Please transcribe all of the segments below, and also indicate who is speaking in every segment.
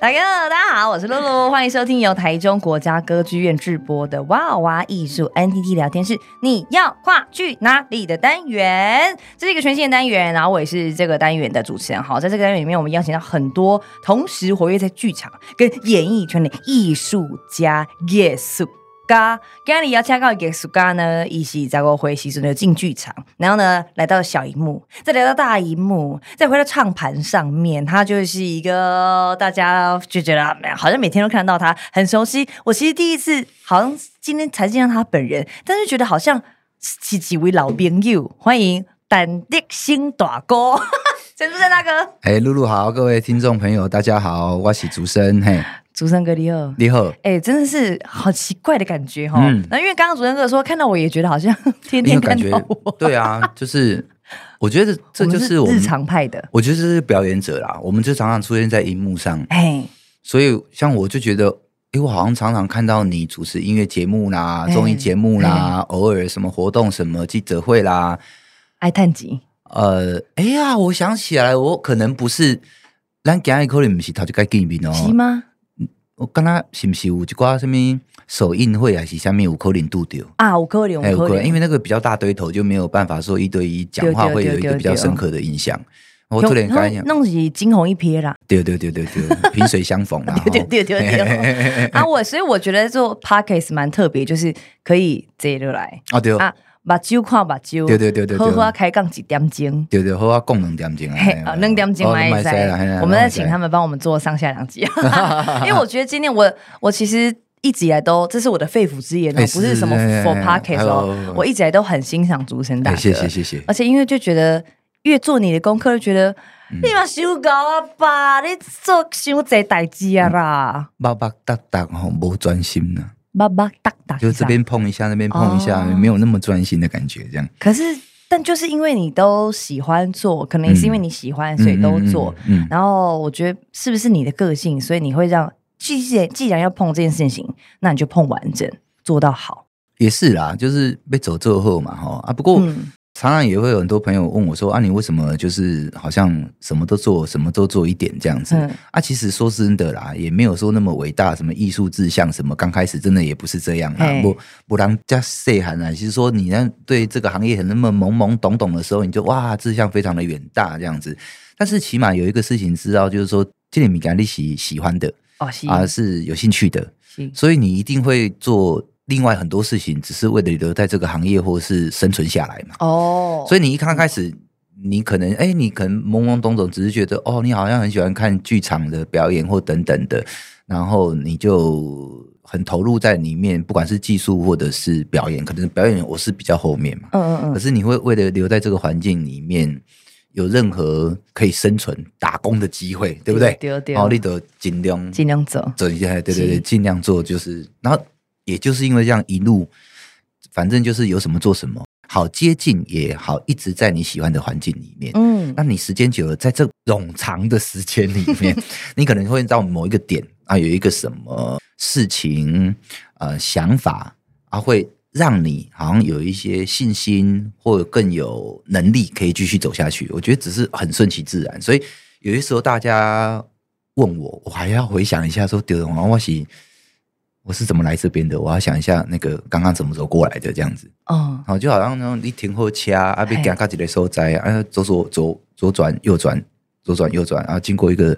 Speaker 1: 大家好，大家好，我是露露，欢迎收听由台中国家歌剧院制播的《哇哇艺术 NTT 聊天室》，你要跨去哪里的单元？这是一个全新的单元，啊然后我也是这个单元的主持人。好，在这个单元里面，我们邀请到很多同时活跃在剧场跟演艺圈的艺术家、耶稣。家，今日要请到艺术家呢，伊是在我回时阵就进剧场，然后呢来到小荧幕，再来到大荧幕，再回到唱盘上面，他就是一个大家就觉得啊好像每天都看到他，很熟悉。我其实第一次好像今天才见到他本人，但是觉得好像是几位老朋友，欢迎胆地新大哥， 陈竹生大哥，
Speaker 2: 哎，露露好，各位听众朋友，大家好，我是竹生，嘿，
Speaker 1: 竹生哥你好。
Speaker 2: 你好，
Speaker 1: 哎、真的是好奇怪的感觉哈、
Speaker 2: 嗯
Speaker 1: 那因为刚刚主持人哥说看到我也觉得好像 天
Speaker 2: 因
Speaker 1: 天
Speaker 2: 为
Speaker 1: 看
Speaker 2: 感觉
Speaker 1: 到我，
Speaker 2: 对啊，就是我觉得这就是我
Speaker 1: 们
Speaker 2: 们
Speaker 1: 日，常派的。
Speaker 2: 我觉得这是表演者啦，我们就常常出现在荧幕上，
Speaker 1: 哎，
Speaker 2: 所以像我就觉得，哎，我好像常常看到你主持音乐节目啦、
Speaker 1: 哎
Speaker 2: 综艺节目啦，偶尔什么活动、什么记者会啦，
Speaker 1: 爱探集，
Speaker 2: 呃，哎呀，我想起来，我可能不是。咱今日可能不是头一届见面哦，
Speaker 1: 是吗？
Speaker 2: 我刚刚是不是有一挂什么首映会还是下面有可能拄到？
Speaker 1: 啊，五颗脸，
Speaker 2: 还
Speaker 1: 五
Speaker 2: 哎有
Speaker 1: 颗
Speaker 2: 可能，
Speaker 1: 脸，
Speaker 2: 因为那个比较大堆头，就没有办法说一对一讲话
Speaker 1: 对对
Speaker 2: 会有一
Speaker 1: 对
Speaker 2: 个
Speaker 1: 对
Speaker 2: 比较深刻的印象。我突然
Speaker 1: 那
Speaker 2: 感想，
Speaker 1: 弄起惊鸿一瞥啦。。
Speaker 2: 对对对对对，萍水相逢啦
Speaker 1: 对对对对
Speaker 2: 对，
Speaker 1: 啊，我所以我觉得做 podcast 蛮特别，就是可以坐落来
Speaker 2: 啊对
Speaker 1: 啊，把酒看把酒，
Speaker 2: 对对对对
Speaker 1: 喝喝
Speaker 2: 对
Speaker 1: 开杠几点钟。
Speaker 2: 对对，好啊，共两点钟啊
Speaker 1: 嘿，啊，两点钟
Speaker 2: 哦
Speaker 1: 买
Speaker 2: 不可以啦嘿
Speaker 1: 噻
Speaker 2: 啦，
Speaker 1: 我们再
Speaker 2: 不可以
Speaker 1: 请他们帮我们做上下两集，因为我觉得今天我我其实一直以来都，这是我的肺腑之言哦
Speaker 2: 哎，
Speaker 1: 不是
Speaker 2: 是
Speaker 1: 什么
Speaker 2: 哎哎哎
Speaker 1: for podcast
Speaker 2: 哎
Speaker 1: 哦
Speaker 2: 呦，
Speaker 1: 我一直以来都很欣赏竹生大
Speaker 2: 哎
Speaker 1: 哥，
Speaker 2: 谢谢谢谢，
Speaker 1: 而且因为就觉得越做你的功课，就觉得你嘛修搞啊吧，你做修这代志啊啦，
Speaker 2: 巴巴哒哒吼，不专心呢，
Speaker 1: 巴巴哒哒，
Speaker 2: 就这边碰一下，那边碰一下，
Speaker 1: 哦
Speaker 2: 没有那么专心的感觉，这样。
Speaker 1: 可是，但就是因为你都喜欢做，可能也是因为你喜欢，所以都做。
Speaker 2: 嗯，嗯，嗯
Speaker 1: 然后我觉得是不是你的个性，所以你会让既然既然要碰这件事情，那你就碰完整，做到好。
Speaker 2: 也是啦，就是被走之后嘛，哈啊，不过。
Speaker 1: 嗯，
Speaker 2: 常常也会有很多朋友问我说：“啊，你为什么就是好像什么都做，什么都做一点这样子？”
Speaker 1: 嗯
Speaker 2: 啊，其实说真的啦，也没有说那么伟大，什么艺术志向什么，刚开始真的也不是这样啦
Speaker 1: 嘿。
Speaker 2: 不不然加岁寒啊，其实说你呢对这个行业很那么懵懵懂懂的时候，你就哇志向非常的远大这样子。但是起码有一个事情知道，就是说这里米甘利喜喜欢的
Speaker 1: 哦，是
Speaker 2: 啊，是有兴趣的，
Speaker 1: 是，
Speaker 2: 所以你一定会做另外很多事情，只是为了留在这个行业或是生存下来嘛。
Speaker 1: 哦，
Speaker 2: 所以你一刚开始，你可能哎、你可能懵懵懂懂，只是觉得哦，你好像很喜欢看剧场的表演或等等的，然后你就很投入在里面，不管是技术或者是表演，可能表演我是比较后面嘛，
Speaker 1: 嗯嗯
Speaker 2: 可
Speaker 1: 嗯，
Speaker 2: 是你会为了留在这个环境里面。有任何可以生存、打工的机会，对不对？哦
Speaker 1: 对对
Speaker 2: 好，你得尽量
Speaker 1: 尽量走。
Speaker 2: 走一下，对对对，
Speaker 1: 是
Speaker 2: 尽量做就是，然后也就是因为这样一路，反正就是有什么做什么，好接近也好，一直在你喜欢的环境里面。
Speaker 1: 嗯
Speaker 2: 那你时间久了，在这冗长的时间里面，你可能会到某一个点啊，有一个什么事情呃想法啊，会让你好像有一些信心，或者更有能力可以继续走下去。我觉得只是很顺其自然，所以有些时候大家问我，我还要回想一下说，丢人王我是我是怎么来这边的？我要想一下那个刚刚怎么走过来的这样子。
Speaker 1: 哦，
Speaker 2: 好，就好像那种你停后车啊，被
Speaker 1: 嘿
Speaker 2: 行到一个所在啊，左左左左转右转左转右转啊，经过一个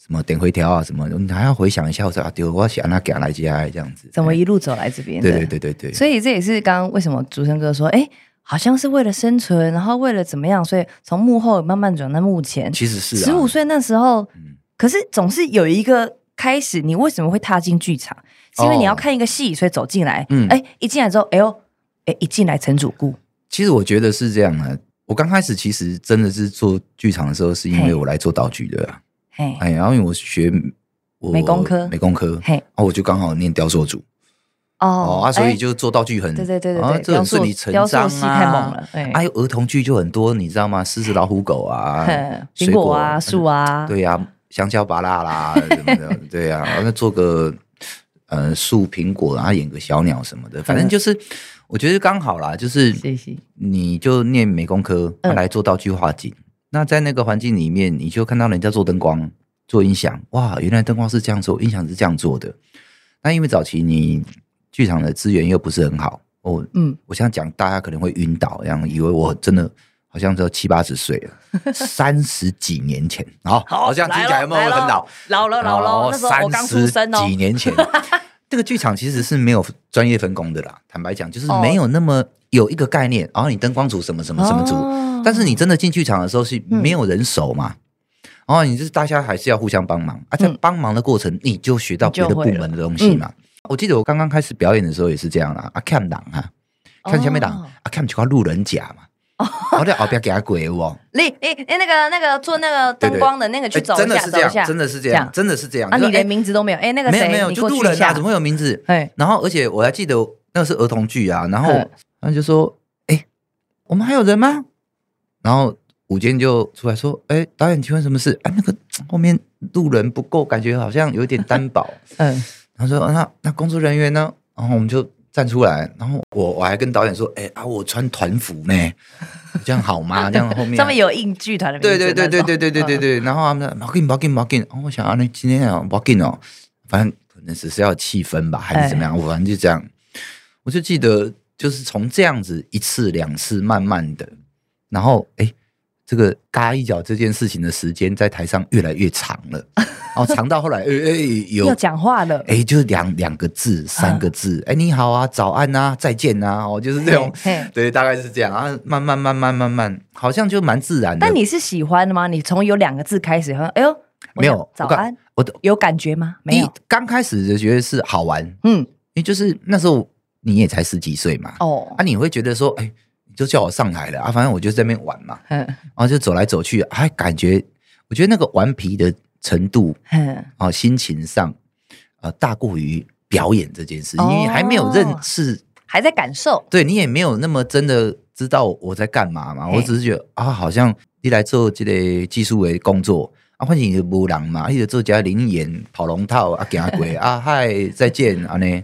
Speaker 2: 什么点回条啊什么，你还要回想一下，我说啊，对，我想那行来这的这样子，
Speaker 1: 怎么
Speaker 2: 哎
Speaker 1: 一路走来这边的？
Speaker 2: 对对对对对，
Speaker 1: 所以这也是刚刚为什么竹生哥说，哎，好像是为了生存，然后为了怎么样，所以从幕后慢慢转到幕前。
Speaker 2: 其实是
Speaker 1: 十五
Speaker 2: 啊，
Speaker 1: 岁那时候，
Speaker 2: 嗯
Speaker 1: 可是总是有一个开始，你为什么会踏进剧场？是因为
Speaker 2: 哦
Speaker 1: 你要看一个戏，所以走进来。嗯
Speaker 2: 嗯，
Speaker 1: 哎，一进来之后，哎呦，哎，一进来陈主顾，
Speaker 2: 其实我觉得是这样啊。我刚开始其实真的是做剧场的时候，是因
Speaker 1: 嘿
Speaker 2: 为我来做道具的、啊，
Speaker 1: 嘿，
Speaker 2: 哎，然后因为我学我
Speaker 1: 美工科
Speaker 2: 美工科，
Speaker 1: 嘿
Speaker 2: 啊，我就刚好念雕塑组，哦
Speaker 1: 哦
Speaker 2: 啊，所
Speaker 1: 哎
Speaker 2: 以就做道具很，
Speaker 1: 对对对对
Speaker 2: 啊
Speaker 1: 对，
Speaker 2: 这
Speaker 1: 雕
Speaker 2: 很
Speaker 1: 塑
Speaker 2: 顺理成
Speaker 1: 雕
Speaker 2: 章
Speaker 1: 塑
Speaker 2: 啊，
Speaker 1: 系太猛了，哎
Speaker 2: 还有儿童剧就很多，你知道吗？狮子、老虎、狗 啊
Speaker 1: 哼，苹
Speaker 2: 水
Speaker 1: 果啊，树啊，
Speaker 2: 对呀、香蕉、芭辣啦什么的，对呀、然后做个呃树、苹果，然后演个小鸟什么的，反正就是我觉得刚好啦，就是
Speaker 1: 谢谢，
Speaker 2: 你就念美工科
Speaker 1: 嗯
Speaker 2: 来做道具画景，那在那个环境里面，你就看到人家做灯光，做音响，哇，原来灯光是这样做，音响是这样做的。那因为早期你剧场的资源又不是很好，哦，
Speaker 1: 嗯，
Speaker 2: 我现在讲大家可能会晕倒，然后以为我真的好像只有七八十岁 了，三十几年前，好，好像听起来有没有很老？哦
Speaker 1: 老了老了，那时候我刚出生哦
Speaker 2: 三十几。年前， 这个剧场其实是没有专业分工的啦。坦白讲，就是
Speaker 1: 哦
Speaker 2: 没有那么有一个概念，哦然后你灯光组什么什么什么组，
Speaker 1: 哦
Speaker 2: 但是你真的进剧场的时候是
Speaker 1: 嗯
Speaker 2: 没有人手嘛。然后你就是大家还是要互相帮忙，而且
Speaker 1: 嗯
Speaker 2: 帮忙的过程你就学到别的
Speaker 1: 就
Speaker 2: 部
Speaker 1: 会了
Speaker 2: 门的东西嘛。我记得我刚刚开始表演的时候也是这样啦，啊看档啊，看下面档
Speaker 1: 哦
Speaker 2: 啊看几块路人甲嘛，我在后边给他鬼哦，
Speaker 1: 你你你那个那个做那个灯光的那 个去
Speaker 2: 哎
Speaker 1: 走
Speaker 2: 真
Speaker 1: 一
Speaker 2: 的
Speaker 1: 下
Speaker 2: 是
Speaker 1: 走
Speaker 2: 这
Speaker 1: 一
Speaker 2: 样，
Speaker 1: 下，
Speaker 2: 真的是这
Speaker 1: 这
Speaker 2: 样
Speaker 1: 样，
Speaker 2: 真的是这样。
Speaker 1: 啊，
Speaker 2: 就
Speaker 1: 你
Speaker 2: 说哎
Speaker 1: 连名字都没有，哎，那个
Speaker 2: 没有
Speaker 1: 谁，
Speaker 2: 没有，
Speaker 1: 你
Speaker 2: 就
Speaker 1: 过去
Speaker 2: 路
Speaker 1: 一
Speaker 2: 人啊，
Speaker 1: 下
Speaker 2: 怎，么会有名字？
Speaker 1: 哎，
Speaker 2: 然后而且我还记得那是儿童剧啊，然后
Speaker 1: 嗯
Speaker 2: 他就说：“哎、我们还有人吗？”然后午间就出来说：“哎、导演，请问什么事？哎、那个后面路人不够，感觉好像有点单薄。
Speaker 1: 嗯，”
Speaker 2: 然后说：“啊那那工作人员呢？”然后我们就站出来，然后我我还跟导演说：“哎、啊，我穿团服呢，这样好吗？这样 后面
Speaker 1: 上面有印剧团的名
Speaker 2: 对
Speaker 1: 字，
Speaker 2: 对对对对对对对
Speaker 1: 嗯
Speaker 2: 对，然后他们毛巾毛巾毛巾，哦我想啊，那今天啊毛巾哦，反正可能只是要有气氛吧，还是怎么样，我反正就这样，我就记得就是从这样子一次两次，慢慢的，然后哎，这个嘎一脚这件事情的时间在台上越来越长了，哦，长到后来哎哎有
Speaker 1: 要。讲话了，
Speaker 2: 哎，就是两两个字，三个字，哎、你好啊，早安啊，再见啊，哦，就是这种，
Speaker 1: 嘿嘿
Speaker 2: 对，大概是这样，然后慢慢慢慢慢慢，好像就蛮自然的。
Speaker 1: 但你是喜欢的吗？你从有两个字开始，好像哎呦，
Speaker 2: 没有
Speaker 1: 我想
Speaker 2: 我
Speaker 1: 早
Speaker 2: 刚
Speaker 1: 安，
Speaker 2: 我的
Speaker 1: 有感觉吗？没
Speaker 2: 一
Speaker 1: 有，
Speaker 2: 刚开始就觉得是好玩，因
Speaker 1: 嗯，
Speaker 2: 为就是那时候你也才十几岁嘛，
Speaker 1: 哦
Speaker 2: 啊，，你会觉得说，哎、你就叫我上来了啊，反正我就在那边玩嘛，
Speaker 1: 嗯
Speaker 2: 然后就走来走去，还、感觉，我觉得那个顽皮的程度
Speaker 1: 嗯，
Speaker 2: 啊，心情上，呃，大过于表演这件事，因
Speaker 1: 哦
Speaker 2: 为还没有认识，
Speaker 1: 还在感受，
Speaker 2: 对你也没有那么真的知道我在干嘛嘛，
Speaker 1: 嘿
Speaker 2: 我只是觉得啊，好像你来做这类技术的工作。啊，反正你就无人嘛，一直做家灵眼跑龙套啊，行鬼啊，嗨，再见啊呢，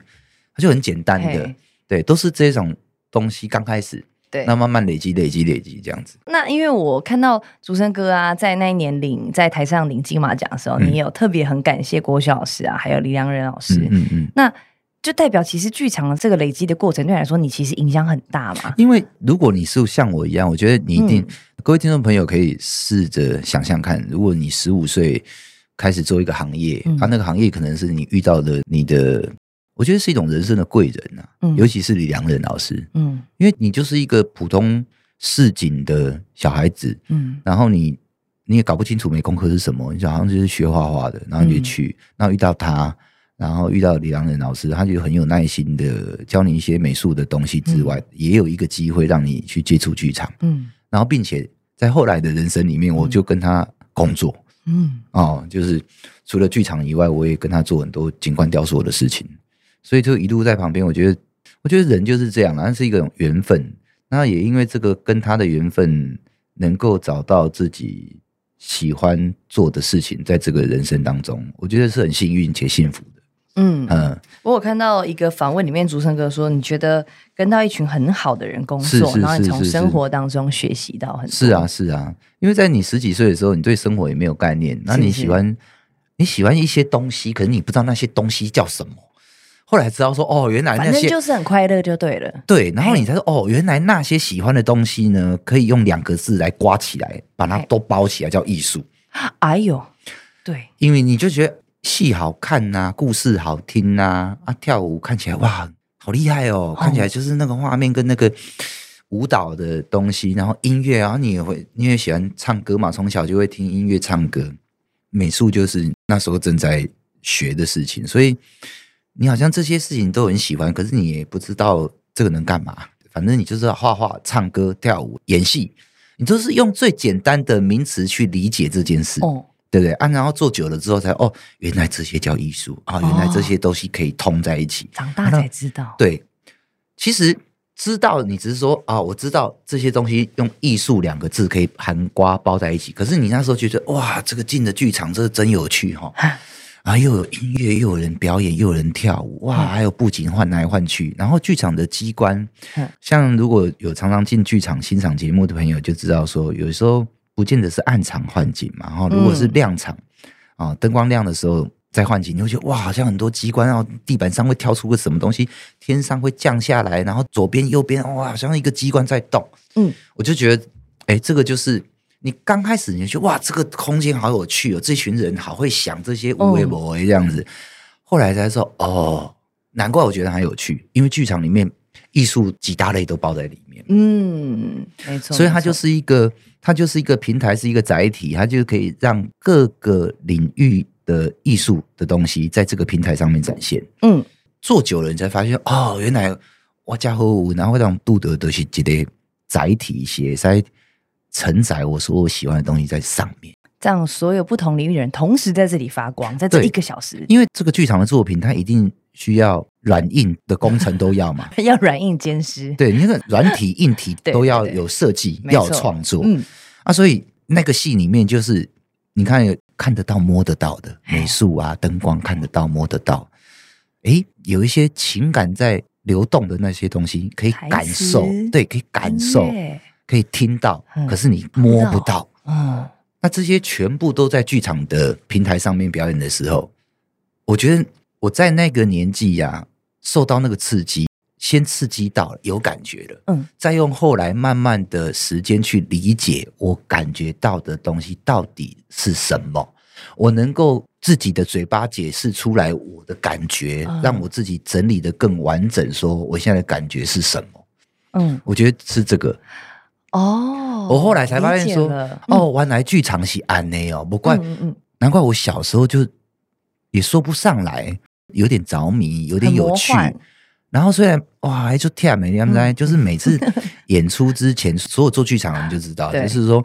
Speaker 2: 它就很简单的
Speaker 1: 嘿，
Speaker 2: 对，都是这种东西刚开始，
Speaker 1: 对
Speaker 2: 那慢慢累积累积累积这样子，
Speaker 1: 那因为我看到竹生哥啊，在那一年领在台上领金马奖的时候，
Speaker 2: 嗯
Speaker 1: 你有特别很感谢郭晓老师啊，还有李良仁老师，
Speaker 2: 嗯嗯嗯。
Speaker 1: 那就代表其实剧场的这个累积的过程，对你来说，你其实影响很大嘛。
Speaker 2: 因为如果你是像我一样，我觉得你一定，
Speaker 1: 嗯
Speaker 2: 各位听众朋友可以试着想象看，如果你十五岁开始做一个行业，
Speaker 1: 嗯
Speaker 2: 啊，那个行业可能是你遇到的你的，我觉得是一种人生的贵人啊，
Speaker 1: 嗯
Speaker 2: 尤其是李良仁老师，
Speaker 1: 嗯
Speaker 2: 因为你就是一个普通市井的小孩子，
Speaker 1: 嗯
Speaker 2: 然后你你也搞不清楚美工科是什么，你好像就是学画画的，然后你就去，然后遇到他，然后遇到李良仁老师，他就很有耐心的教你一些美术的东西之外，也有一个机会让你去接触剧场，
Speaker 1: 嗯
Speaker 2: 然后并且在后来的人生里面，我就跟他工作、
Speaker 1: 嗯，
Speaker 2: 哦，就是除了剧场以外，我也跟他做很多景观雕塑的事情，所以就一路在旁边，我觉得我觉得人就是这样啦，那是一种缘分。那也因为这个跟他的缘分，能够找到自己喜欢做的事情，在这个人生当中，我觉得是很幸运且幸福的。
Speaker 1: 嗯，
Speaker 2: 嗯，
Speaker 1: 我有看到一个访问，里面竹生哥说，你觉得跟到一群很好的人工作，
Speaker 2: 是是
Speaker 1: 然后你从
Speaker 2: 是是
Speaker 1: 生活当中学习到很多。
Speaker 2: 是啊，，是啊，因为在你十几岁的时候，你对生活也没有概念，那你喜欢你喜欢一些东西，可是你不知道那些东西叫什么。后来知道说，哦，原来那
Speaker 1: 反正
Speaker 2: 些
Speaker 1: 就是很快乐就对了。
Speaker 2: 对，然后你才说哦，原来那些喜欢的东西呢，可以用两个字来刮起来，把它
Speaker 1: 嘿
Speaker 2: 都包起来叫艺术。
Speaker 1: 哎呦，对，
Speaker 2: 因为你就觉得戏好看呐、故事好听呐、啊，跳舞看起来哇，好厉害哦，看起来就是那个画面跟那个舞蹈的东西，然后音乐，然后你也会，你也喜欢唱歌嘛，从小就会听音乐唱歌，美术就是那时候正在学的事情，所以你好像这些事情都很喜欢，可是你也不知道这个能干嘛，反正你就是画画、唱歌、跳舞、演戏。你都是用最简单的名词去理解这件事，
Speaker 1: 哦，
Speaker 2: 对不对啊？然后做久了之后才哦，原来这些叫艺术啊，原来
Speaker 1: 哦
Speaker 2: 这些东西可以通在一起。
Speaker 1: 长大才知道。
Speaker 2: 对，其实知道你只是说啊，我知道这些东西用艺术两个字可以含瓜包在一起。可是你那时候觉得哇，这个进的剧场这真有趣哈、哦。啊，又有音乐，又有人表演，又有人跳舞，哇！
Speaker 1: 嗯
Speaker 2: 还有布景换来换去，然后剧场的机关
Speaker 1: 嗯，
Speaker 2: 像如果有常常进剧场欣赏节目的朋友就知道说，有时候不见得是暗场换景嘛，然后如果是
Speaker 1: 嗯
Speaker 2: 亮场，啊、灯光亮的时候再唤醒，你会觉得哇，好像很多机关，然后地板上会跳出个什么东西，天上会降下来，然后左边右边哇，好像一个机关在动。
Speaker 1: 嗯，
Speaker 2: 我就觉得，哎，这个就是你刚开始你就觉得哇，这个空间好有趣哦，这群人好会想这些无
Speaker 1: 嗯
Speaker 2: 为不为这样子。后来才说哦，难怪我觉得很有趣，因为剧场里面艺术几大类都包在里面。
Speaker 1: 嗯，没错，
Speaker 2: 所以它
Speaker 1: 没错
Speaker 2: 就是一个，它就是一个平台，是一个载体，它就可以让各个领域的艺术的东西在这个平台上面展现。
Speaker 1: 嗯
Speaker 2: 做久了，你才发现哦，原来我家和我，然后让杜德都是一个载体，写在承载我所有喜欢的东西在上面。
Speaker 1: 让所有不同领域的人同时在这里发光，在这
Speaker 2: 对
Speaker 1: 一个小时，
Speaker 2: 因为这个剧场的作品，它一定需要软硬的工程都要嘛。
Speaker 1: 要软硬兼施。
Speaker 2: 对，你那个软体、硬体
Speaker 1: 对
Speaker 2: 都要
Speaker 1: 对对
Speaker 2: 有设计，
Speaker 1: 没
Speaker 2: 要有
Speaker 1: 错
Speaker 2: 创作。
Speaker 1: 嗯，
Speaker 2: 啊，所以那个戏里面就是你看有看得到、摸得到的美术啊、灯光看得到、摸得到，诶，有一些情感在流动的那些东西可以
Speaker 1: 台
Speaker 2: 感受
Speaker 1: 词，
Speaker 2: 对，可以感受
Speaker 1: 音，乐
Speaker 2: 可以听到
Speaker 1: 嗯，
Speaker 2: 可是你摸不到。
Speaker 1: 嗯，
Speaker 2: 那这些全部都在剧场的平台上面表演的时候，我觉得我在那个年纪呀、受到那个刺激，先刺激到了，有感觉了，
Speaker 1: 嗯，
Speaker 2: 再用后来慢慢的时间去理解我感觉到的东西到底是什么，我能够自己的嘴巴解释出来我的感觉，
Speaker 1: 嗯
Speaker 2: 让我自己整理的更完整，说我现在的感觉是什么。
Speaker 1: 嗯，
Speaker 2: 我觉得是这个，
Speaker 1: 哦，
Speaker 2: 我后来才发现
Speaker 1: 理解
Speaker 2: 说
Speaker 1: 了，
Speaker 2: 哦，原来剧场是安内哦，不怪
Speaker 1: 嗯嗯嗯，
Speaker 2: 难怪我小时候就也说不上来，有点着迷，有点
Speaker 1: 很
Speaker 2: 有
Speaker 1: 魔
Speaker 2: 趣。
Speaker 1: 幻嗯
Speaker 2: 然后虽然哇，就啊跳美丽在，就是每 次演出之前，所有做剧场的人就知道，
Speaker 1: 对
Speaker 2: 就是说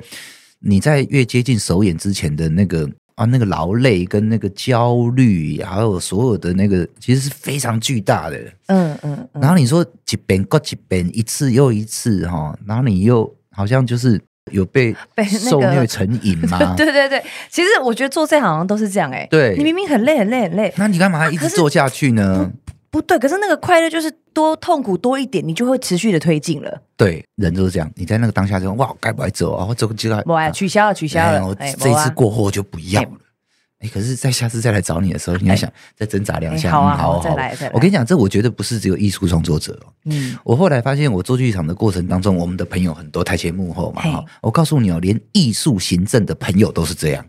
Speaker 2: 你在越接近首演之前的那个啊，那个劳累跟那个焦虑，还有所有的那个，其实是非常巨大的。
Speaker 1: 嗯嗯嗯，
Speaker 2: 然后你说几遍过几遍，一次又一次哈、然后你又好像就是有被
Speaker 1: 被那个？
Speaker 2: 受虐成瘾 吗
Speaker 1: 对对对，其实我觉得做这行好像都是这样哎、
Speaker 2: 啊对
Speaker 1: 你明明很累很累很累，
Speaker 2: 那你干
Speaker 1: 啊
Speaker 2: 嘛一直做下去呢？
Speaker 1: 不对，可是那个快乐就是多痛苦多一点，你就会持续的推进了。
Speaker 2: 对，人就是这样。你在那个当下就哇，该不该走啊？我走个就要
Speaker 1: 哇，取消了，取消
Speaker 2: 哎
Speaker 1: 了
Speaker 2: 我，
Speaker 1: 哎
Speaker 2: 这一次
Speaker 1: 没啊
Speaker 2: 过后我就不要了。哎，可是，在下次再来找你的时候，你要想再挣扎两
Speaker 1: 哎
Speaker 2: 下，
Speaker 1: 好啊
Speaker 2: 嗯
Speaker 1: 好啊
Speaker 2: 好啊
Speaker 1: 再
Speaker 2: 好啊
Speaker 1: 来再来
Speaker 2: 我跟你讲，这我觉得不是只有艺术创作者哦。
Speaker 1: 嗯，
Speaker 2: 我后来发现，我做剧场的过程当中，我们的朋友很多，台前幕后嘛
Speaker 1: 嘿
Speaker 2: 哈。我告诉你哦，连艺术行政的朋友都是这样。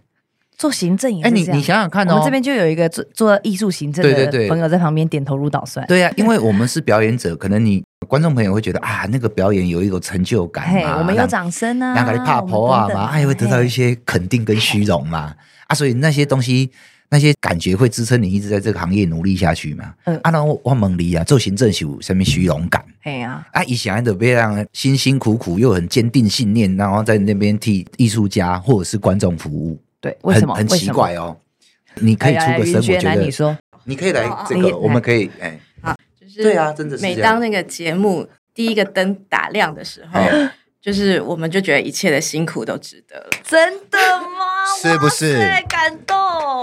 Speaker 1: 做行政也
Speaker 2: 哎，
Speaker 1: 是
Speaker 2: 你
Speaker 1: 这样
Speaker 2: 你想想看
Speaker 1: 我
Speaker 2: 哦
Speaker 1: 们这，边就有一个做做艺术行政
Speaker 2: 对对
Speaker 1: 的
Speaker 2: 对
Speaker 1: 朋友在旁边点头如捣蒜，
Speaker 2: 对啊呀，因为我们是表演者，可能你观众朋友会觉得啊，那个表演有一种成就感
Speaker 1: 嘿，
Speaker 2: 啊
Speaker 1: 我们有
Speaker 2: 让
Speaker 1: 掌声啊，
Speaker 2: 那个你怕婆啊嘛，哎，会得到一
Speaker 1: 些
Speaker 2: 些肯定跟虚荣嘛，啊，所以那些东西。那些感觉会支撑你一直在这个行业努力下去嘛？
Speaker 1: 嗯
Speaker 2: 啊，那我我问你啊，做行政是有什么虚荣感？
Speaker 1: 哎呀，
Speaker 2: 啊，以前的别让辛辛苦苦又很坚定信念，然后在那边替艺术家或者是观众服务，
Speaker 1: 对，为什
Speaker 2: 很
Speaker 1: 么？
Speaker 2: 很
Speaker 1: 为
Speaker 2: 奇
Speaker 1: 什么
Speaker 2: 怪哦。你可以出
Speaker 1: 哎
Speaker 2: 个
Speaker 1: 来
Speaker 2: 声，
Speaker 1: 云
Speaker 2: 我
Speaker 1: 轩
Speaker 2: 觉
Speaker 1: 来你
Speaker 2: 得
Speaker 1: 说，哦
Speaker 2: 你可以来这
Speaker 1: 你
Speaker 2: 个，我
Speaker 1: 来
Speaker 2: 们可以哎，
Speaker 3: 就是
Speaker 2: 对啊，真的是
Speaker 3: 每
Speaker 2: 这
Speaker 3: 当
Speaker 2: 样。
Speaker 3: 那个节目第一个灯打亮的时候，
Speaker 2: 哎
Speaker 3: 就是我们就觉得一切的辛苦都值得了。
Speaker 1: 真的吗？
Speaker 2: 是不是
Speaker 1: 哇塞感动？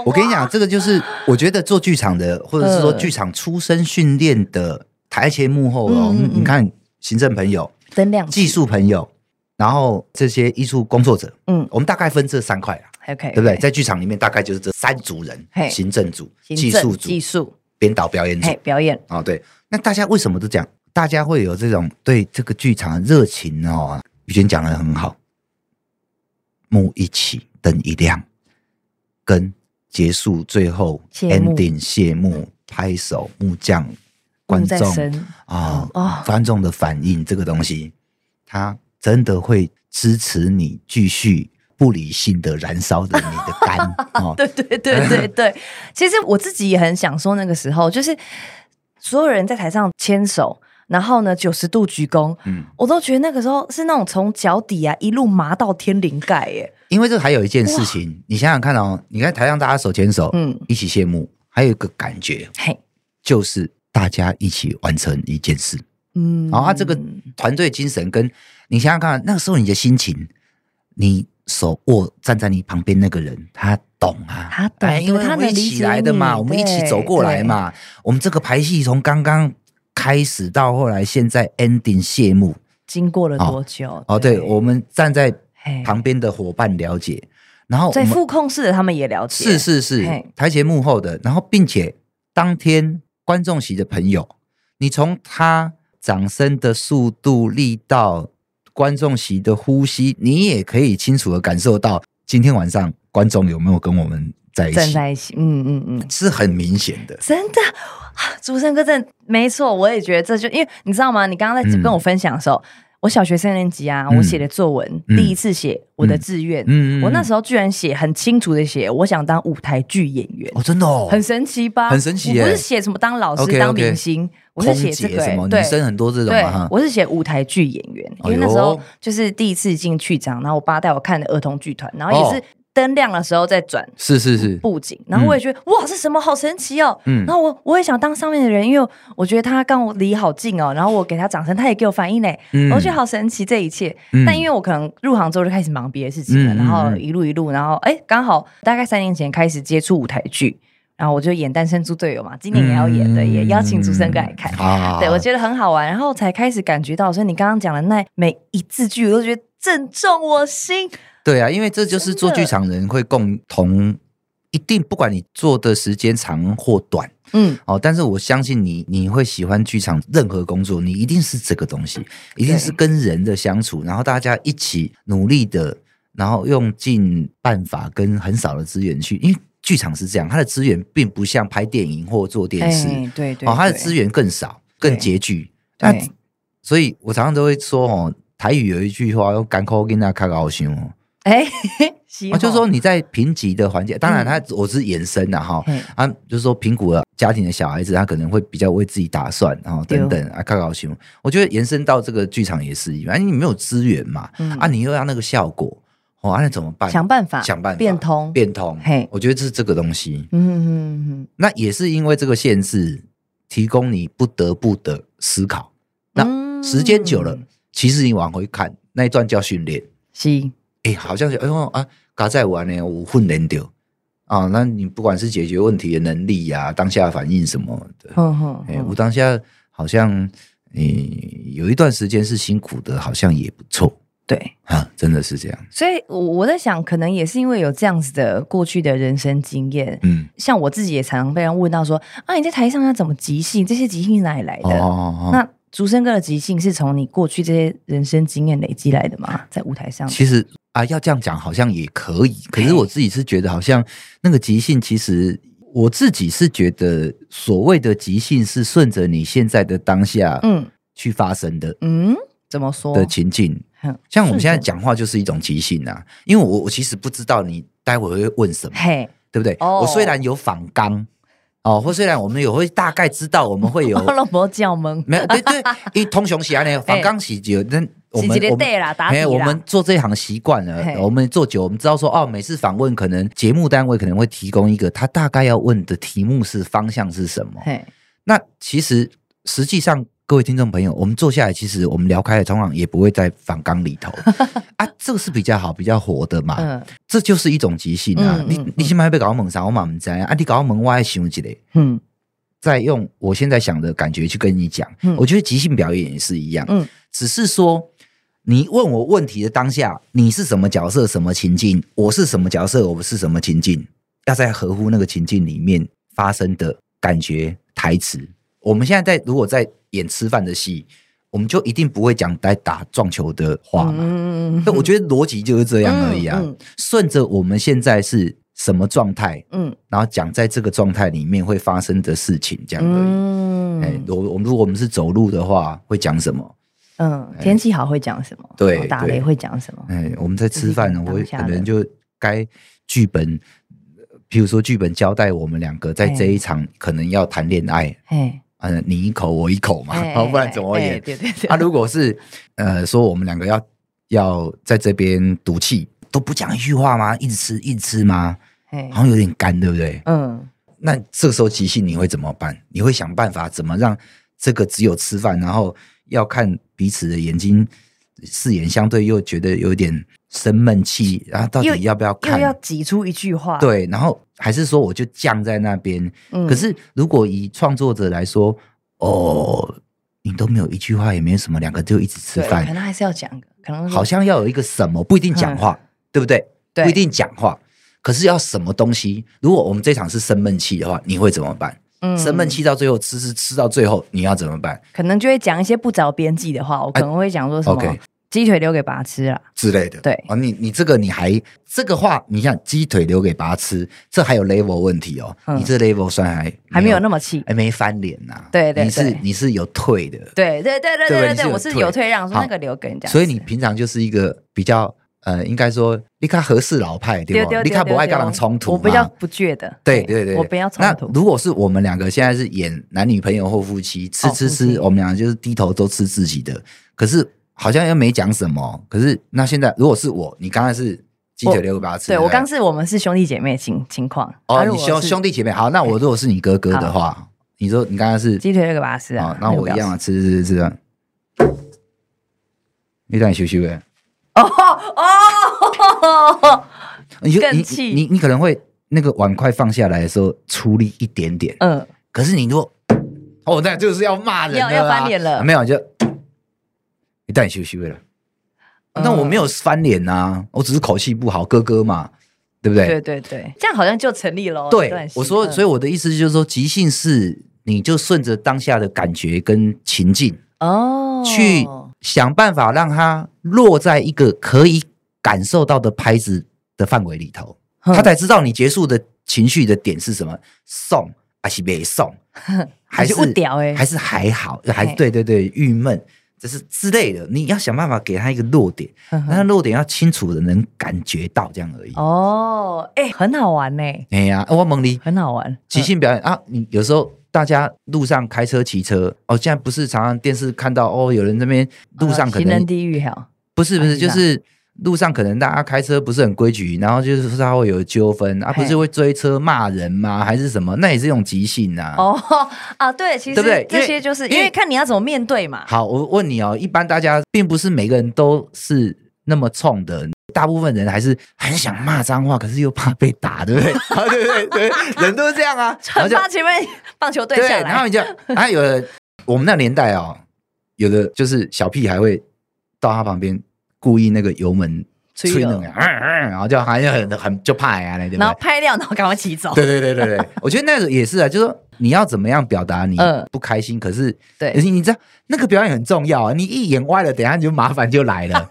Speaker 2: 我跟你讲，这个就是我觉得做剧场的，或者
Speaker 1: 嗯
Speaker 2: 是说剧场出身训练的台前幕后哦，
Speaker 1: 嗯嗯嗯
Speaker 2: 你看行政朋友、
Speaker 1: 灯亮
Speaker 2: 技术朋友，然后这些艺术工作者，
Speaker 1: 嗯
Speaker 2: 嗯，我们大概分这三块啦，
Speaker 1: ，OK，
Speaker 2: 对不对？？在剧场里面大概就是这三组人
Speaker 1: 嘿：
Speaker 2: 行政组、
Speaker 1: 行
Speaker 2: 技
Speaker 1: 政
Speaker 2: 术组
Speaker 1: 技、术，
Speaker 2: 编导、表演组
Speaker 1: 嘿，。表演，
Speaker 2: 哦，对，那大家为什么都讲？大家会有这种对这个剧场的热情哦？雨娟讲的很好，幕一起，灯一亮，跟结束最后
Speaker 1: 谢幕
Speaker 2: ending 谢幕，拍手，木匠，观
Speaker 1: 在
Speaker 2: 众
Speaker 1: 身
Speaker 2: 啊、哦
Speaker 1: 哦
Speaker 2: 观众的反应这个东西，它真的会支持你继续不理性的燃烧着你的肝 哦。
Speaker 1: 对对对对 对，其实我自己也很享受那个时候，就是所有人在台上牵手，然后呢九十度鞠躬，
Speaker 2: 嗯，
Speaker 1: 我都觉得那个时候是那种从脚底啊一路麻到天灵盖耶，
Speaker 2: 因为这还有一件事情，你想想看哦，你看台上大家手牵手，
Speaker 1: 嗯，
Speaker 2: 一起谢幕，还有一个感觉
Speaker 1: 嘿，
Speaker 2: 就是大家一起完成一件事。
Speaker 1: 嗯，
Speaker 2: 然后他哦啊这个团队精神跟你想想看，那个时候你的心情，你手握站在你旁边那个人，他懂啊，
Speaker 1: 他懂
Speaker 2: 哎因为
Speaker 1: 对他
Speaker 2: 我们
Speaker 1: 能
Speaker 2: 一
Speaker 1: 理
Speaker 2: 起
Speaker 1: 解
Speaker 2: 来的嘛，
Speaker 1: 你
Speaker 2: 我们一起
Speaker 1: 对
Speaker 2: 走过来嘛，我们这个排戏从刚刚开始到后来现在 ending 谢幕，
Speaker 1: 经过了多久？
Speaker 2: 哦哦，对，我们站在
Speaker 1: 嘿
Speaker 2: 旁边的伙伴了解，然后我
Speaker 1: 所以
Speaker 2: 们
Speaker 1: 副控室的他们也了解，
Speaker 2: 是是是
Speaker 1: 嘿
Speaker 2: 台前幕后的，然后并且当天观众席的朋友，你从他掌声的速度、力道、观众席的呼吸，你也可以清楚的感受到今天晚上观众有没有跟我们在一
Speaker 1: 站
Speaker 2: 起，
Speaker 1: 在一起，嗯嗯嗯，
Speaker 2: 是很明显的。
Speaker 1: 真的，啊主持人哥真的没错，我也觉得这就因为你知道吗？你刚刚在
Speaker 2: 嗯
Speaker 1: 跟我分享的时候，我小学三年级啊，
Speaker 2: 嗯
Speaker 1: 我写的作文、
Speaker 2: 嗯
Speaker 1: 第一次写我的志愿，
Speaker 2: 嗯
Speaker 1: 我那时
Speaker 2: 候
Speaker 1: 候居然写很清楚的写，我想当舞台剧演员。
Speaker 2: 哦，真的哦，
Speaker 1: 很神奇吧？
Speaker 2: 很神奇
Speaker 1: 我不是
Speaker 2: 耶
Speaker 1: 写什么当老师、
Speaker 2: OK，OK
Speaker 1: 当明星，我是
Speaker 2: 空
Speaker 1: 写
Speaker 2: 姐
Speaker 1: 这个、
Speaker 2: 什
Speaker 1: 欸
Speaker 2: 么，
Speaker 1: 对
Speaker 2: 女生很多这种
Speaker 1: 对
Speaker 2: 嘛哈，，
Speaker 1: 我是写舞台剧演员，因为
Speaker 2: 哎呦
Speaker 1: 那时候就是第一次进剧场，然后我爸带我看的儿童剧团，然后也
Speaker 2: 哦嗯
Speaker 1: 是灯亮的时候在转
Speaker 2: 是是是，
Speaker 1: 布景，然后我也觉得、哇，这什么好神奇哦！
Speaker 2: 嗯
Speaker 1: 然后我我也想当上面的人，因为我觉得他跟我离好近哦，然后我给他掌声，他也给我反应嘞，
Speaker 2: 嗯
Speaker 1: 我觉得好神奇这一切。
Speaker 2: 嗯
Speaker 1: 但因为我可能入行之后就开始忙别的事情了，
Speaker 2: 嗯嗯
Speaker 1: 然后
Speaker 2: 嗯
Speaker 1: 一路一路，然后哎，刚好大概三年前开始接触舞台剧，然后我就演《单身猪队友》嘛，今年也要演
Speaker 2: 嗯
Speaker 1: 的，也邀请主持人哥来看。
Speaker 2: 啊
Speaker 1: 对，我觉得很好玩，然后才开始感觉到，所以你刚刚讲的那每一字句，我都觉得正中我心。
Speaker 2: 对啊，因为这就是做剧场人会共同，一定不管你做的时间长或短
Speaker 1: 嗯，
Speaker 2: 哦，但是我相信你，你会喜欢剧场任何工作，你一定是这个东西，一定是跟人的相处，然后大家一起努力的，然后用尽办法跟很少的资源去，因为剧场是这样，它的资源并不像拍电影或做电视，
Speaker 1: 哎对对，
Speaker 2: 哦，它的
Speaker 1: 对
Speaker 2: 资源更少，
Speaker 1: 对
Speaker 2: 更拮据。那
Speaker 1: 对
Speaker 2: 所以我常常都会说哦，台语有一句话用干口跟那卡高兴哦。
Speaker 1: 哎，喜
Speaker 2: 啊，
Speaker 1: 欢
Speaker 2: 就是说你在贫瘠的环境，当
Speaker 1: 嗯
Speaker 2: 然他我是延伸的哈，
Speaker 1: 嘿
Speaker 2: 啊，就是说贫苦的家庭的小孩子，他可能会比较为自己打算，然后
Speaker 1: 哦
Speaker 2: 等等啊，看高兴。我觉得延伸到这个剧场也是一样，啊因为你没有资源嘛，
Speaker 1: 嗯
Speaker 2: 啊，你又要那个效果，哦，啊，那怎么办？
Speaker 1: 想办法
Speaker 2: 想办法
Speaker 1: 变通，
Speaker 2: 变通
Speaker 1: 嘿，
Speaker 2: 我觉得这是这个东西。
Speaker 1: 嗯哼哼哼，
Speaker 2: 那也是因为这个限制，提供你不得不的思考。那
Speaker 1: 嗯
Speaker 2: 时间久了，其实你往回看那一段叫训练。
Speaker 1: 是
Speaker 2: 哎、好像是哎呦啊，嘎在玩呢，我混人丢啊。那你不管是解决问题的能力呀、当下的反应什么的，
Speaker 1: 哼哼
Speaker 2: 哎、
Speaker 1: 哼
Speaker 2: 我当下好像诶、有一段时间是辛苦的，好像也不错
Speaker 1: 对，
Speaker 2: 啊，真的是这样。
Speaker 1: 所以我我在想，可能也是因为有这样子的过去的人生经验。
Speaker 2: 嗯，
Speaker 1: 像我自己也常常被人问到说啊，你在台上要怎么即兴？这些即兴是哪里来的？
Speaker 2: 哦哦哦，
Speaker 1: 嗯那竹生哥的即兴是从你过去这些人生经验累积来的吗？在舞台上，
Speaker 2: 其实啊，要这样讲好像也可以，可
Speaker 1: 嘿
Speaker 2: 是我自己是觉得好像那个即兴，其实我自己是觉得所谓的即兴是顺着你现在的当下
Speaker 1: 嗯
Speaker 2: 去发生的。
Speaker 1: 嗯，怎么说？
Speaker 2: 的情境
Speaker 1: 哼，
Speaker 2: 像我们现在
Speaker 1: 顺
Speaker 2: 讲话就是一种即兴啊，因为我我其实不知道你待会会问什么，
Speaker 1: 嘿，
Speaker 2: 对不对？
Speaker 1: 哦
Speaker 2: 我虽然有仿纲哦，或虽然我们有会大概知道我 们会有
Speaker 1: 阿拉伯教门，
Speaker 2: 没有对对，一通常喜 欢呢仿纲喜有那我
Speaker 1: 哎是
Speaker 2: 们
Speaker 1: 一个
Speaker 2: 我
Speaker 1: 对
Speaker 2: 们。
Speaker 1: 啦，打底
Speaker 2: 哎，
Speaker 1: 啦，
Speaker 2: 我们做这一行习惯
Speaker 1: 嘿
Speaker 2: 了，我们做久，我们知道说哦，每次访问可能节目单位可能会提供一个他大概要问的题目是方向是什么，
Speaker 1: 嘿，
Speaker 2: 那其实实际上，各位听众朋友，我们坐下来，其实我们聊开了，通常也不会在反纲里 头啊，这个是比较好、比较活的嘛。
Speaker 1: 嗯
Speaker 2: 这就是一种即兴啊！
Speaker 1: 嗯嗯
Speaker 2: 你你起码被搞蒙啥，我嘛唔知道啊！你搞蒙我还想一个，
Speaker 1: 嗯
Speaker 2: 再用我现在想的感觉去跟你讲。
Speaker 1: 嗯
Speaker 2: 我觉得即兴表演也是一样，
Speaker 1: 嗯
Speaker 2: 只是说你问我问题的当下，你是什么角色、什么情境，我是什么角色，我们是什么情境，要在合乎那个情境里面发生的感觉、台词。我们现在在如果在演吃饭的戏，我们就一定不会讲在打撞球的话嘛。
Speaker 1: 嗯
Speaker 2: 那我觉得逻辑就是这样而已啊，
Speaker 1: 嗯嗯
Speaker 2: 顺着我们现在是什么状态，
Speaker 1: 嗯
Speaker 2: 然后讲在这个状态里面会发生的事情，这样而已。
Speaker 1: 嗯
Speaker 2: 哎、我我们如果我们是走路的话，会讲什么？
Speaker 1: 嗯，天气好会讲什么？
Speaker 2: 哎对
Speaker 1: 然后打
Speaker 2: 对
Speaker 1: 雷会讲什么？
Speaker 2: 哎，我们在吃饭呢，
Speaker 1: 这
Speaker 2: 我
Speaker 1: 是一个当下
Speaker 2: 可
Speaker 1: 的
Speaker 2: 能就该剧本，呃比如说剧本交代我们两个在
Speaker 1: 哎
Speaker 2: 这一场可能要谈恋爱，
Speaker 1: 嘿，
Speaker 2: 嗯、你一口我一口嘛，
Speaker 1: 哎
Speaker 2: 不然怎么
Speaker 1: 哎
Speaker 2: 演？
Speaker 1: 对对对，
Speaker 2: 啊，如果是呃说我们两个要要在这边赌气，都不讲一句话吗？一直吃一直吃吗？
Speaker 1: 嘿
Speaker 2: 好像有点干，对不对？
Speaker 1: 嗯
Speaker 2: 那这个时候即兴你会怎么办？你会想办法怎么让这个只有吃饭，然后要看彼此的眼睛，四眼相对又觉得有点生闷气，然后到
Speaker 1: 又
Speaker 2: 底要不要
Speaker 1: 又
Speaker 2: 看？
Speaker 1: 要挤出一句话，，
Speaker 2: 对，然后还是说我就犟在那边。
Speaker 1: 嗯
Speaker 2: 可是如果以创作者来说，哦，你都没有一句话，也没有什么，两个就一直吃
Speaker 1: 对，
Speaker 2: 饭
Speaker 1: 可，能还是要讲个，可能
Speaker 2: 好像要有一个什么，不一定讲话，对不对？
Speaker 1: 嗯对
Speaker 2: 不一定讲话，可是要什么东西？如果我们这场是生闷气的话，你会怎么办？
Speaker 1: 嗯
Speaker 2: 生闷气到最后吃吃吃到最后，你要怎么办
Speaker 1: 可能就会讲一些不着边际的话，我可能会讲说什么、
Speaker 2: 哎？OK
Speaker 1: 鸡腿留给爸吃啦，
Speaker 2: 之类的。
Speaker 1: 对
Speaker 2: 啊，你你这个你还这个话，你像鸡腿留给爸吃，这还有 level 问题哦。
Speaker 1: 嗯
Speaker 2: 你这 level 算还
Speaker 1: 还没有那
Speaker 2: 么
Speaker 1: 么气。
Speaker 2: 还没翻脸呐、
Speaker 1: 对对
Speaker 2: 你是
Speaker 1: 对
Speaker 2: 你是有退的，
Speaker 1: 对对对对
Speaker 2: 对
Speaker 1: 对
Speaker 2: 你是
Speaker 1: 对，
Speaker 2: 有
Speaker 1: 我是
Speaker 2: 退
Speaker 1: 有退让，说
Speaker 2: 好
Speaker 1: 那个留给人家吃。
Speaker 2: 所以你平常就是一个比较呃，应该说你看合适老派对
Speaker 1: 丢
Speaker 2: 吧？
Speaker 1: 丢
Speaker 2: 你看不爱跟
Speaker 1: 跟
Speaker 2: 人冲突嘛，
Speaker 1: 我比较不倔的。
Speaker 2: 对对对，
Speaker 1: 我不要冲
Speaker 2: 那
Speaker 1: 突。
Speaker 2: 如果是我们两个现在是演男女朋友或夫妻，吃
Speaker 1: 哦
Speaker 2: 吃
Speaker 1: 夫妻
Speaker 2: 吃，我们两个就是低头都吃自己的，可是好像又没讲什么。可是那现在如果是我，你刚才是鸡腿六个八吃，
Speaker 1: 哦对
Speaker 2: 不
Speaker 1: 我刚是我们是兄弟姐妹情情况。
Speaker 2: 哦，
Speaker 1: 啊如
Speaker 2: 你
Speaker 1: 果
Speaker 2: 兄
Speaker 1: 是
Speaker 2: 兄弟姐妹好，那我如果是你哥哥的话，哦你说你刚才是
Speaker 1: 鸡腿那个巴斯啊
Speaker 2: 哦，，那
Speaker 1: 个
Speaker 2: 我
Speaker 1: 不
Speaker 2: 一
Speaker 1: 要
Speaker 2: 样啊，吃吃吃吃啊，你等你休息呗。
Speaker 1: 哦，
Speaker 2: 你就
Speaker 1: 更
Speaker 2: 你
Speaker 1: 气
Speaker 2: 你你可能会那个碗筷放下来的时候出力一点点，
Speaker 1: 嗯，
Speaker 2: 可是你如果哦，那就是要骂人了啊、
Speaker 1: 要要翻脸了
Speaker 2: 没有就你带你休息了。
Speaker 1: 嗯
Speaker 2: 那我没有翻脸呐、我只是口气不好，哥哥嘛，对不对？
Speaker 1: 嗯对对对，这样好像就成立了。哦
Speaker 2: 对我说，所以
Speaker 1: 以
Speaker 2: 我的意思就是说，即兴是你就顺着当下的感觉跟情境、
Speaker 1: 哦，
Speaker 2: 去想办法让它落在一个可以感受到的拍子的范围里头，
Speaker 1: 嗯
Speaker 2: 他才知道你结束的情绪的点是什么，送还是 没送，还是
Speaker 1: 不屌哎，
Speaker 2: 还是还好，还
Speaker 1: 嘿
Speaker 2: 是对对对，郁闷，这是之类的。你要想办法给他一个落点，
Speaker 1: 嗯哼
Speaker 2: 那落点要清楚的能感觉到，这样而已。
Speaker 1: 哦，嗯哎，很好玩呢，
Speaker 2: 哎呀、啊我蒙你
Speaker 1: 很好玩，
Speaker 2: 即兴表演啊，你有时候。大家路上开车、骑车，哦，现在不是常常电视看到哦，有人这边路上
Speaker 1: 啊
Speaker 2: 可
Speaker 1: 行
Speaker 2: 能
Speaker 1: 嗯人地狱哈，
Speaker 2: 不是不
Speaker 1: 啊
Speaker 2: 是，
Speaker 1: 是
Speaker 2: 就
Speaker 1: 啊
Speaker 2: 是路上可能大家开车不是很规矩，然后就是稍微有纠纷啊，
Speaker 1: 嘿
Speaker 2: 不是会追车骂人吗？还是什么？那也是一种即兴啊。
Speaker 1: 哦 啊，对，其
Speaker 2: 对不
Speaker 1: 实
Speaker 2: 对
Speaker 1: 这些就是
Speaker 2: 因为
Speaker 1: 因为看你要怎么面对嘛，
Speaker 2: 好，我问你哦，一般大家并不是每个人都是那么冲的。大部分人还是很想骂脏话，可是又怕被打，对不对？啊，对对对，人都是这样啊。然后
Speaker 1: 惩
Speaker 2: 就
Speaker 1: 罚前面棒球队
Speaker 2: 对，
Speaker 1: 下
Speaker 2: 然后
Speaker 1: 来，
Speaker 2: 你就啊，有的我们那年代哦，有的就是小屁孩会到他旁边故意那个油门
Speaker 1: 吹
Speaker 2: 吹那
Speaker 1: 了
Speaker 2: 个，啊啊然后就好像很很就怕呀，那对不
Speaker 1: 然后
Speaker 2: 对？
Speaker 1: 拍掉，然后赶快骑走，
Speaker 2: 对对对对对， 我觉得那个也是啊，就是说你要怎么样表达你
Speaker 1: 嗯
Speaker 2: 不开心，可是
Speaker 1: 对
Speaker 2: 可是你知道那个表演很重要啊，你一演歪了，等一下你就麻烦就来 了。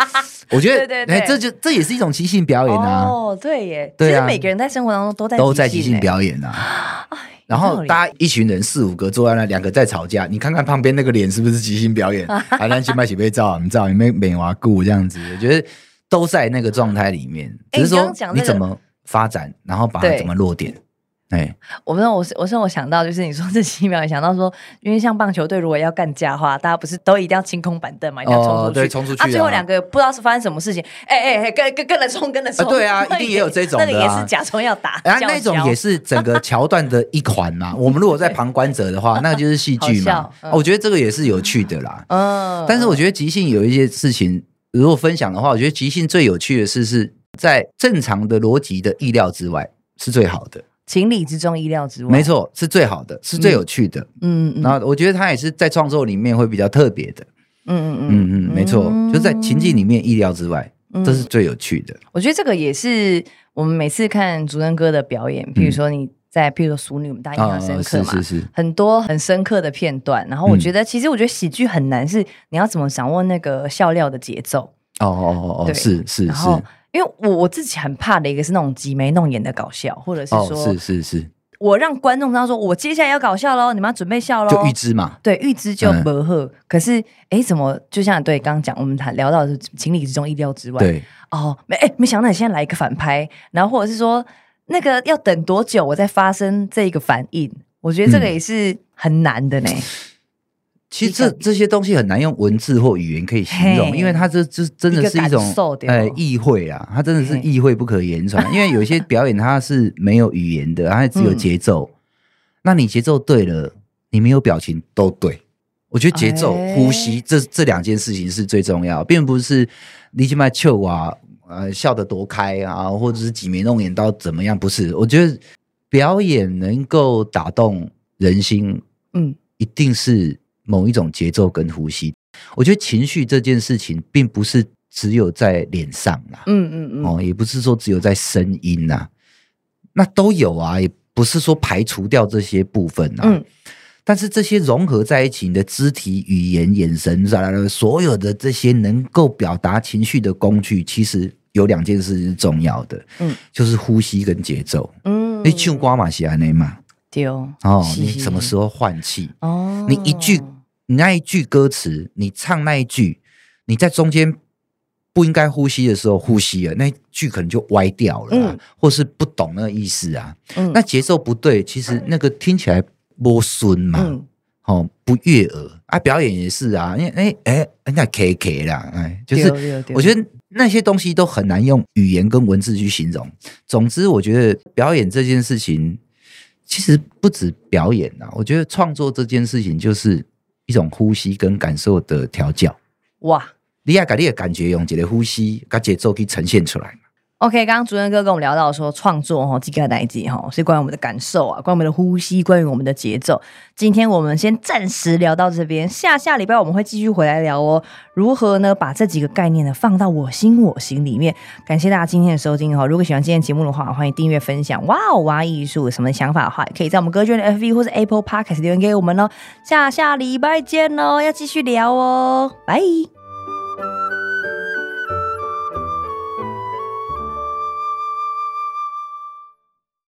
Speaker 2: 我觉得，
Speaker 1: 对对对
Speaker 2: 哎这就这也是一种即兴表演啊，
Speaker 1: 哦，对耶，
Speaker 2: 对
Speaker 1: 其
Speaker 2: 啊
Speaker 1: 实每个人在生活当中都在
Speaker 2: 都在即
Speaker 1: 即
Speaker 2: 兴
Speaker 1: 兴
Speaker 2: 表演啊。
Speaker 1: 哎，
Speaker 2: 然
Speaker 1: 有道
Speaker 2: 后
Speaker 1: 理
Speaker 2: 大家一群人四五个坐在那，两个在吵架，你看看旁边那个脸是不是即兴表演？ 啊，咱去麦起被照，我们照，你们美娃顾这样子，我觉得都在那个状态里面，
Speaker 1: 哎
Speaker 2: 只是
Speaker 1: 你刚
Speaker 2: 说
Speaker 1: 刚讲
Speaker 2: 你
Speaker 1: 那个
Speaker 2: 怎么发展，然后把它
Speaker 1: 对
Speaker 2: 怎么落点。哎，
Speaker 1: 我不知道，我是我是我想到就是你说这几秒，想到说，因为像棒球队如果要干架的话，大家不是都一定要清空板凳嘛，一定要冲出去，
Speaker 2: 哦对冲出去啊
Speaker 1: 啊。最后两个不知道是发生什么事情，哎哎哎，跟跟跟了冲，跟了冲、
Speaker 2: 啊对啊
Speaker 1: 那个
Speaker 2: 一定也有这种的
Speaker 1: 那
Speaker 2: 啊
Speaker 1: 个也是假装要打，
Speaker 2: 啊，
Speaker 1: 叫
Speaker 2: 那种
Speaker 1: 嚣
Speaker 2: 也是整个桥段的一 环嘛。我们如果在旁观者的话，那就是戏
Speaker 1: 好
Speaker 2: 剧嘛
Speaker 1: 笑、嗯
Speaker 2: 啊我觉得这个也是有趣的啦。
Speaker 1: 嗯
Speaker 2: 但是我觉得即兴有一些事情，如果分享的话，我觉得即兴最有趣的是是在正常的逻辑的意料之外。是最好的，
Speaker 1: 情理之中，意料之外，
Speaker 2: 没，错，是最好的，是最有趣的。
Speaker 1: 嗯嗯
Speaker 2: 然后我觉得它也是在创作里面会比较特别的，
Speaker 1: 嗯嗯嗯，
Speaker 2: 嗯嗯，没错，
Speaker 1: 嗯
Speaker 2: 就是在情境里面意料之外，
Speaker 1: 嗯
Speaker 2: 这是最有趣的。
Speaker 1: 我觉得这个也是我们每次看竹生哥的表演，譬如说你在，譬如说《熟女》，我们大家印象深刻
Speaker 2: 哦是
Speaker 1: 嘛，
Speaker 2: 是是，
Speaker 1: 很多很深刻的片段。然后
Speaker 2: 嗯
Speaker 1: 我觉得，其实我觉得喜剧很难是你要怎么掌握那个笑料的节奏。
Speaker 2: 哦哦哦
Speaker 1: 对
Speaker 2: 哦，是是
Speaker 1: 然
Speaker 2: 是
Speaker 1: 后，因为我我自己很怕的一个是那种挤眉弄眼的搞笑，或者是
Speaker 2: 哦
Speaker 1: 说、
Speaker 2: 是是是，
Speaker 1: 我让观众知道说我接下来要搞笑喽，你们要准备笑喽。
Speaker 2: 就预知嘛，
Speaker 1: 对预知就
Speaker 2: 嗯
Speaker 1: 不喝，可是哎，怎么就像对刚刚讲，我们谈聊到的是情理之中，意料之外。
Speaker 2: 对，
Speaker 1: 哦，没哎，没想到你现在来一个反拍，然后或者是说那个要等多久我再发生这一个反应，我觉得这个
Speaker 2: 嗯
Speaker 1: 也是很难的呢。
Speaker 2: 其实
Speaker 1: 一个
Speaker 2: 这这些东西很难用文字或语言可以形容，
Speaker 1: 嘿
Speaker 2: 因为它这这真的是一
Speaker 1: 一个感
Speaker 2: 种
Speaker 1: 受对吧
Speaker 2: 呃意会啊，它真的是
Speaker 1: 嘿
Speaker 2: 意会不可言传。因为有一些表演它是没有语言的，它只有
Speaker 1: 嗯
Speaker 2: 节奏。那你节奏对了，你没有表情都对。我觉得节奏、
Speaker 1: 哎
Speaker 2: 呼吸这这两件事情是最重要，并不是你去卖秀啊，呃，笑得多开啊，或者是挤眉弄眼到怎么样？不是，我觉得表演能够打动人心，
Speaker 1: 嗯，
Speaker 2: 一定是某一种节奏跟呼吸。我觉得情绪这件事情，并不是只有在脸上啦，
Speaker 1: 嗯嗯嗯，
Speaker 2: 哦，也不是说只有在声音呐、那都有啊，也不是说排除掉这些部分啊。
Speaker 1: 嗯
Speaker 2: 但是这些融合在一起，你的肢体语言、眼神，所有的这些能够表达情绪的工具，其实有两件事是重要的，
Speaker 1: 嗯，
Speaker 2: 就是呼吸跟节奏。
Speaker 1: 嗯，
Speaker 2: 你唱歌嘛是安内嘛，
Speaker 1: 丢
Speaker 2: 哦，
Speaker 1: 是
Speaker 2: 你什么时候换气？
Speaker 1: 哦，
Speaker 2: 你一句你那一句歌词，你唱那一句，你在中间不应该呼吸的时候呼吸了，那一句可能就歪掉了、啊，
Speaker 1: 嗯
Speaker 2: 或是不懂那个意思啊。
Speaker 1: 嗯
Speaker 2: 那节奏不对，其实那个听起来不顺嘛，
Speaker 1: 嗯
Speaker 2: 哦，不悦耳啊。表演也是啊，因为哎哎，人家 K K 啦，哎，就
Speaker 1: 对
Speaker 2: 是
Speaker 1: 哦对对
Speaker 2: 我觉得那些东西都很难用语言跟文字去形容。总之，我觉得表演这件事情，其实不止表演啊，我觉得创作这件事情就是一种呼吸跟感受的调教。
Speaker 1: 哇。
Speaker 2: 你要把你的感觉用你的呼吸、跟节奏去呈现出来。
Speaker 1: OK，刚刚主任哥跟我们聊到说，创作哈，几个代际哈，是关于我们的感受啊，关于我们的呼吸，关于我们的节奏。今天我们先暂时聊到这边，下下礼拜我们会继续回来聊哦，如何呢把这几个概念呢放到我心我行里面。感谢大家今天的收听哈，如果喜欢今天的节目的话，欢迎订阅分享。哇哦哇艺术有什么想法的话，也可以在我们歌剧院的 FB 或是 Apple Podcast 留言给我们哦。下下礼拜见哦，要继续聊哦，拜。